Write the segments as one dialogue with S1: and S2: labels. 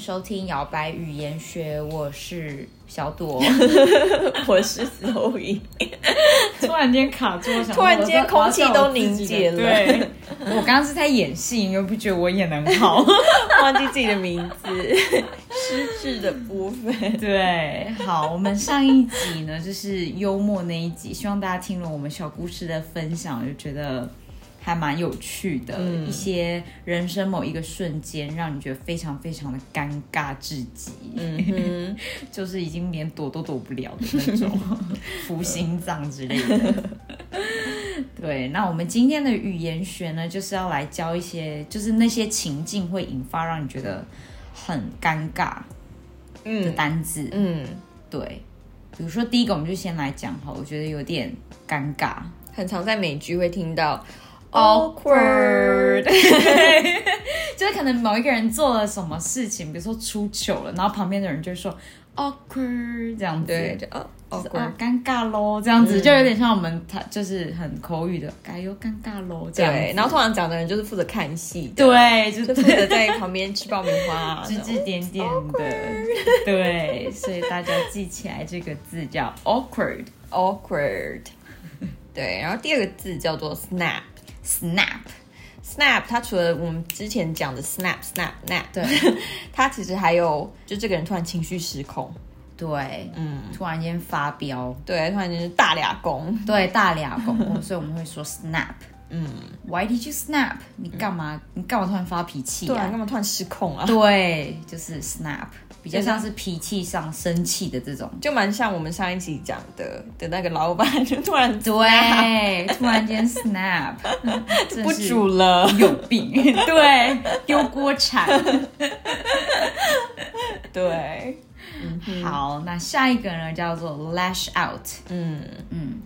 S1: 收听《摇摆语言学》，我是小朵，
S2: 我是 Zoe。
S3: 突然间卡住，我想说
S2: 突然间空气都凝结了
S3: 我要叫我自己的 对，我刚刚是在演戏，你又不觉得我演的很好？
S2: 忘记自己的名 字，失智的部分。
S3: 对，好，我们上一集呢，就是幽默那一集，希望大家听了我们小故事的分享，就觉得还蛮有趣的，
S2: 嗯
S3: 一些人生某一个瞬间，让你觉得非常非常的尴尬至极，
S2: 嗯
S3: 就是已经连躲都躲不了的那 种，服心脏之类的。对，那我们今天的语言学呢，就是要来教一些，就是那些情境会引发让你觉得很尴尬的
S2: 嗯
S3: 单字。
S2: 嗯，
S3: 对，比如说第一个，我们就先来讲好，我觉得有点尴尬。
S2: 很常在美剧会听到
S3: Awkward，就是可能某一个人做了什么事情，比如说出糗了，然后旁边的人就说 awkward 这样子，
S2: 对，就哦
S3: 就是啊
S2: awkward，嗯
S3: 尴尬咯，这样子、就有点像我们他就是很口语的，哎呦尴尬咯这样子
S2: 对，然后通常讲的人就是负责看戏的，
S3: 对，就
S2: 就负责在旁边吃爆米花啊，
S3: 指指点点的，对，所以大家记起来这个字叫 awkward
S2: awkward。对，然后第二个字叫做 snap。
S3: snap，
S2: snap 它除了我们之前讲的 snap snap snap，
S3: 对，
S2: 它其实还有就这个人突然情绪失控，
S3: 对，
S2: 嗯，
S3: 突然间发飙，
S2: 对，突然就是大俩公，
S3: 对，大俩公 公，所以我们会说 snap。
S2: 嗯，
S3: Why did you snap？你干嘛？你干嘛突然发脾气
S2: 对啊，
S3: 啊？
S2: 干嘛突然失控啊？
S3: 对，就是 snap，比较像是脾气上生气的这种。
S2: 就蛮像我们上一集讲的的那个老板，就突然
S3: 对，突然间 snap，
S2: 不煮了，
S3: 有 病，对，丢锅铲。
S2: 对，
S3: 好，那下一个呢叫做 lash out。
S2: 嗯
S3: 嗯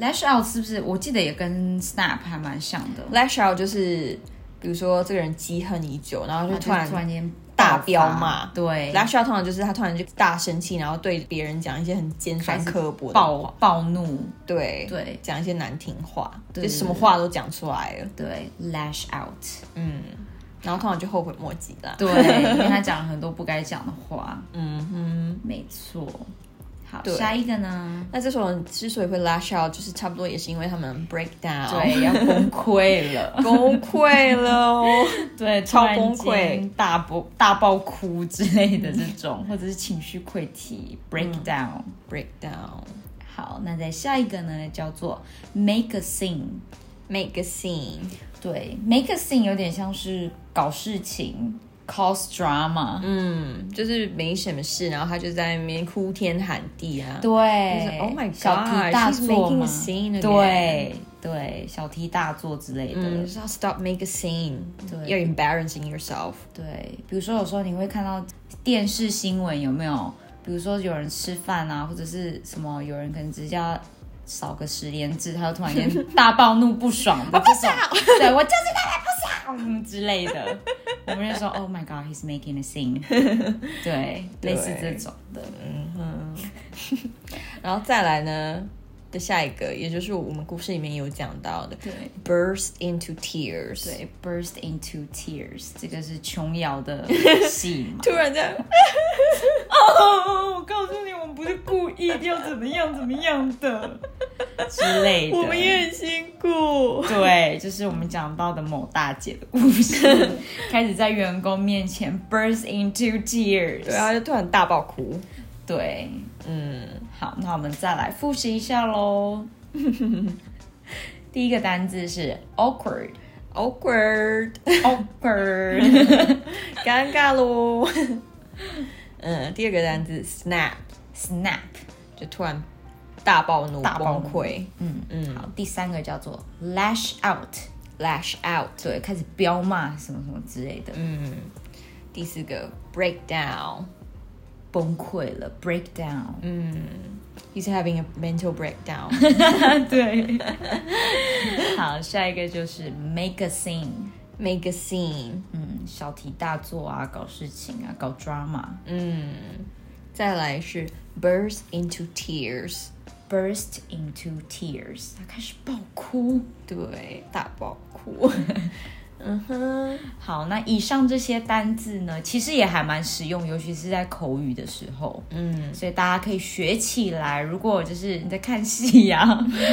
S3: ，lash out 是不是？我记得也跟 snap 还蛮像的，
S2: ，lash out 就是比如说这个人积恨已久，然后就
S3: 就
S2: 突然
S3: 突然间
S2: 大
S3: 爆发
S2: 飙骂
S3: 对，
S2: lash out 通常就是他突然就大生气，然后对别人讲一些很尖酸刻薄的
S3: 暴
S2: 话，
S3: 暴怒，
S2: 对，
S3: 对
S2: 讲一些难听话，
S3: 对
S2: 就什么话都讲出来了，
S3: 对，lash out，
S2: 嗯，然后通常就后悔莫及啦。
S3: 对，因为他讲了很多不该讲的话，
S2: 嗯哼，
S3: 没错。好，
S2: 对
S3: 下一个呢？
S2: 那这种人之所以会 lash out，就是差不多也是因为他们 break down，，
S3: 对，要崩溃了，
S2: 崩溃了哦。
S3: 对，突
S2: 超
S3: 然
S2: 崩溃
S3: 间大爆大爆哭之类的这种，或者是情绪溃堤
S2: 嗯
S3: breakdown。
S2: breakdown
S3: 好，那在下一个呢，叫做 make a scene。
S2: make a scene，
S3: 对，make a scene 有点像是搞事情，cause drama。
S2: 嗯，就是没什么事，然后他就在那边哭天喊地啊，就是
S3: 对
S2: Oh my
S3: 小题
S2: God，
S3: 大
S2: she's
S3: 做
S2: making a
S3: 嘛
S2: scene again
S3: 对对，小题大做之类的。
S2: 嗯，就是要 stop make a scene，
S3: 对
S2: 要 embarrassing yourself，
S3: 对，比如说有时候你会看到电视新闻有没有？比如说有人吃饭啊，或者是什么，有人可能只要少个十连字，他就突然 间大暴怒不爽，我不爽，对我就是他来不爽之类 的，我们就说 Oh my God, he's making a scene，对，类似这种的，
S2: 然后再来呢的下一个，也就是我们故事里面有讲到的
S3: 对
S2: burst into tears，，，
S3: 对，burst into tears，这个是琼瑶 的戏嘛
S2: 突然间
S3: 哦，我告诉你，我们不是故意要怎么样怎么样的之类的，
S2: 我们也很辛 苦，
S3: 对，就是我们讲到的某大姐的故 事，开始在员工面前 burst into tears。
S2: 对，然后就突然大爆哭，
S3: 对
S2: 嗯，
S3: 好，那我们再来复习一下 喽。第一个单字是 awkward，awkward，
S2: awkward，尴尬喽。 嗯，第二个单字 snap，
S3: snap，
S2: 就突然大暴怒、
S3: 大暴怒
S2: 崩溃
S3: 嗯嗯。好，第三个叫做 lash out，
S2: ，lash out。
S3: 对，开始彪骂什么什么之类的，
S2: 嗯，第四个 breakdown，
S3: 崩溃了，breakdown。
S2: 嗯，he's having a mental breakdown。
S3: 对。好，下一个就是 make a scene。
S2: make a scene，
S3: 嗯，小题大做啊，搞事情啊，搞 drama，burst
S2: 嗯，再来是 burst into tears，
S3: into tears，他开始爆哭。
S2: 对，大爆哭。嗯哼，
S3: 好，那以上这些单字呢，其实也还蛮实用，尤其是在口语的时候，
S2: 嗯，
S3: 所以大家可以学起来。如果就是你在看戏呀、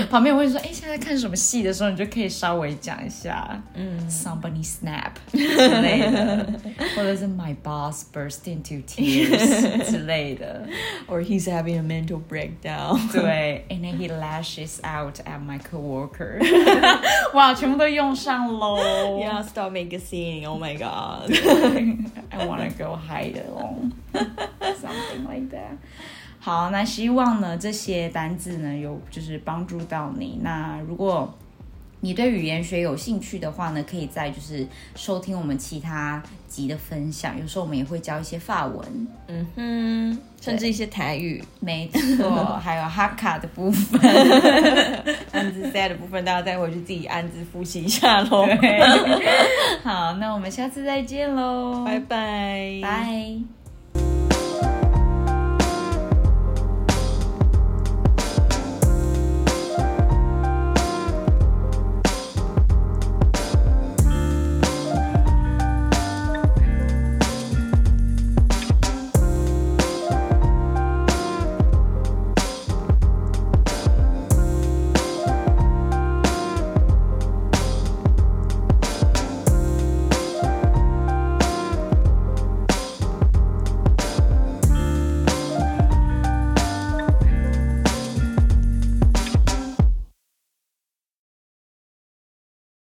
S3: 旁边有问说，哎、现在在看什么戏的时候，你就可以稍微讲一下，嗯，somebody snap 之类的，或者是 my boss burst into tears 之类的。
S2: or he's having a mental breakdown.
S3: 对，and then he lashes out at my coworker 。哇，全部都用上喽。
S2: Yeah, stop making a scene. Oh my god.
S3: I wanna go hide alone. Something like that. 好，那希望呢这些单字呢有就是帮助到你。那如果你对语言学有兴趣的话呢，可以再就是收听我们其他集的分享。有时候我们也会教一些法文，
S2: 嗯哼，甚至一些台语
S3: 没错， 还有哈卡的部分。
S2: 单字 set 的部分，大家再回去自己暗自复习一下喽。
S3: 好，那我们下次再见喽，
S2: 拜拜，
S3: 拜。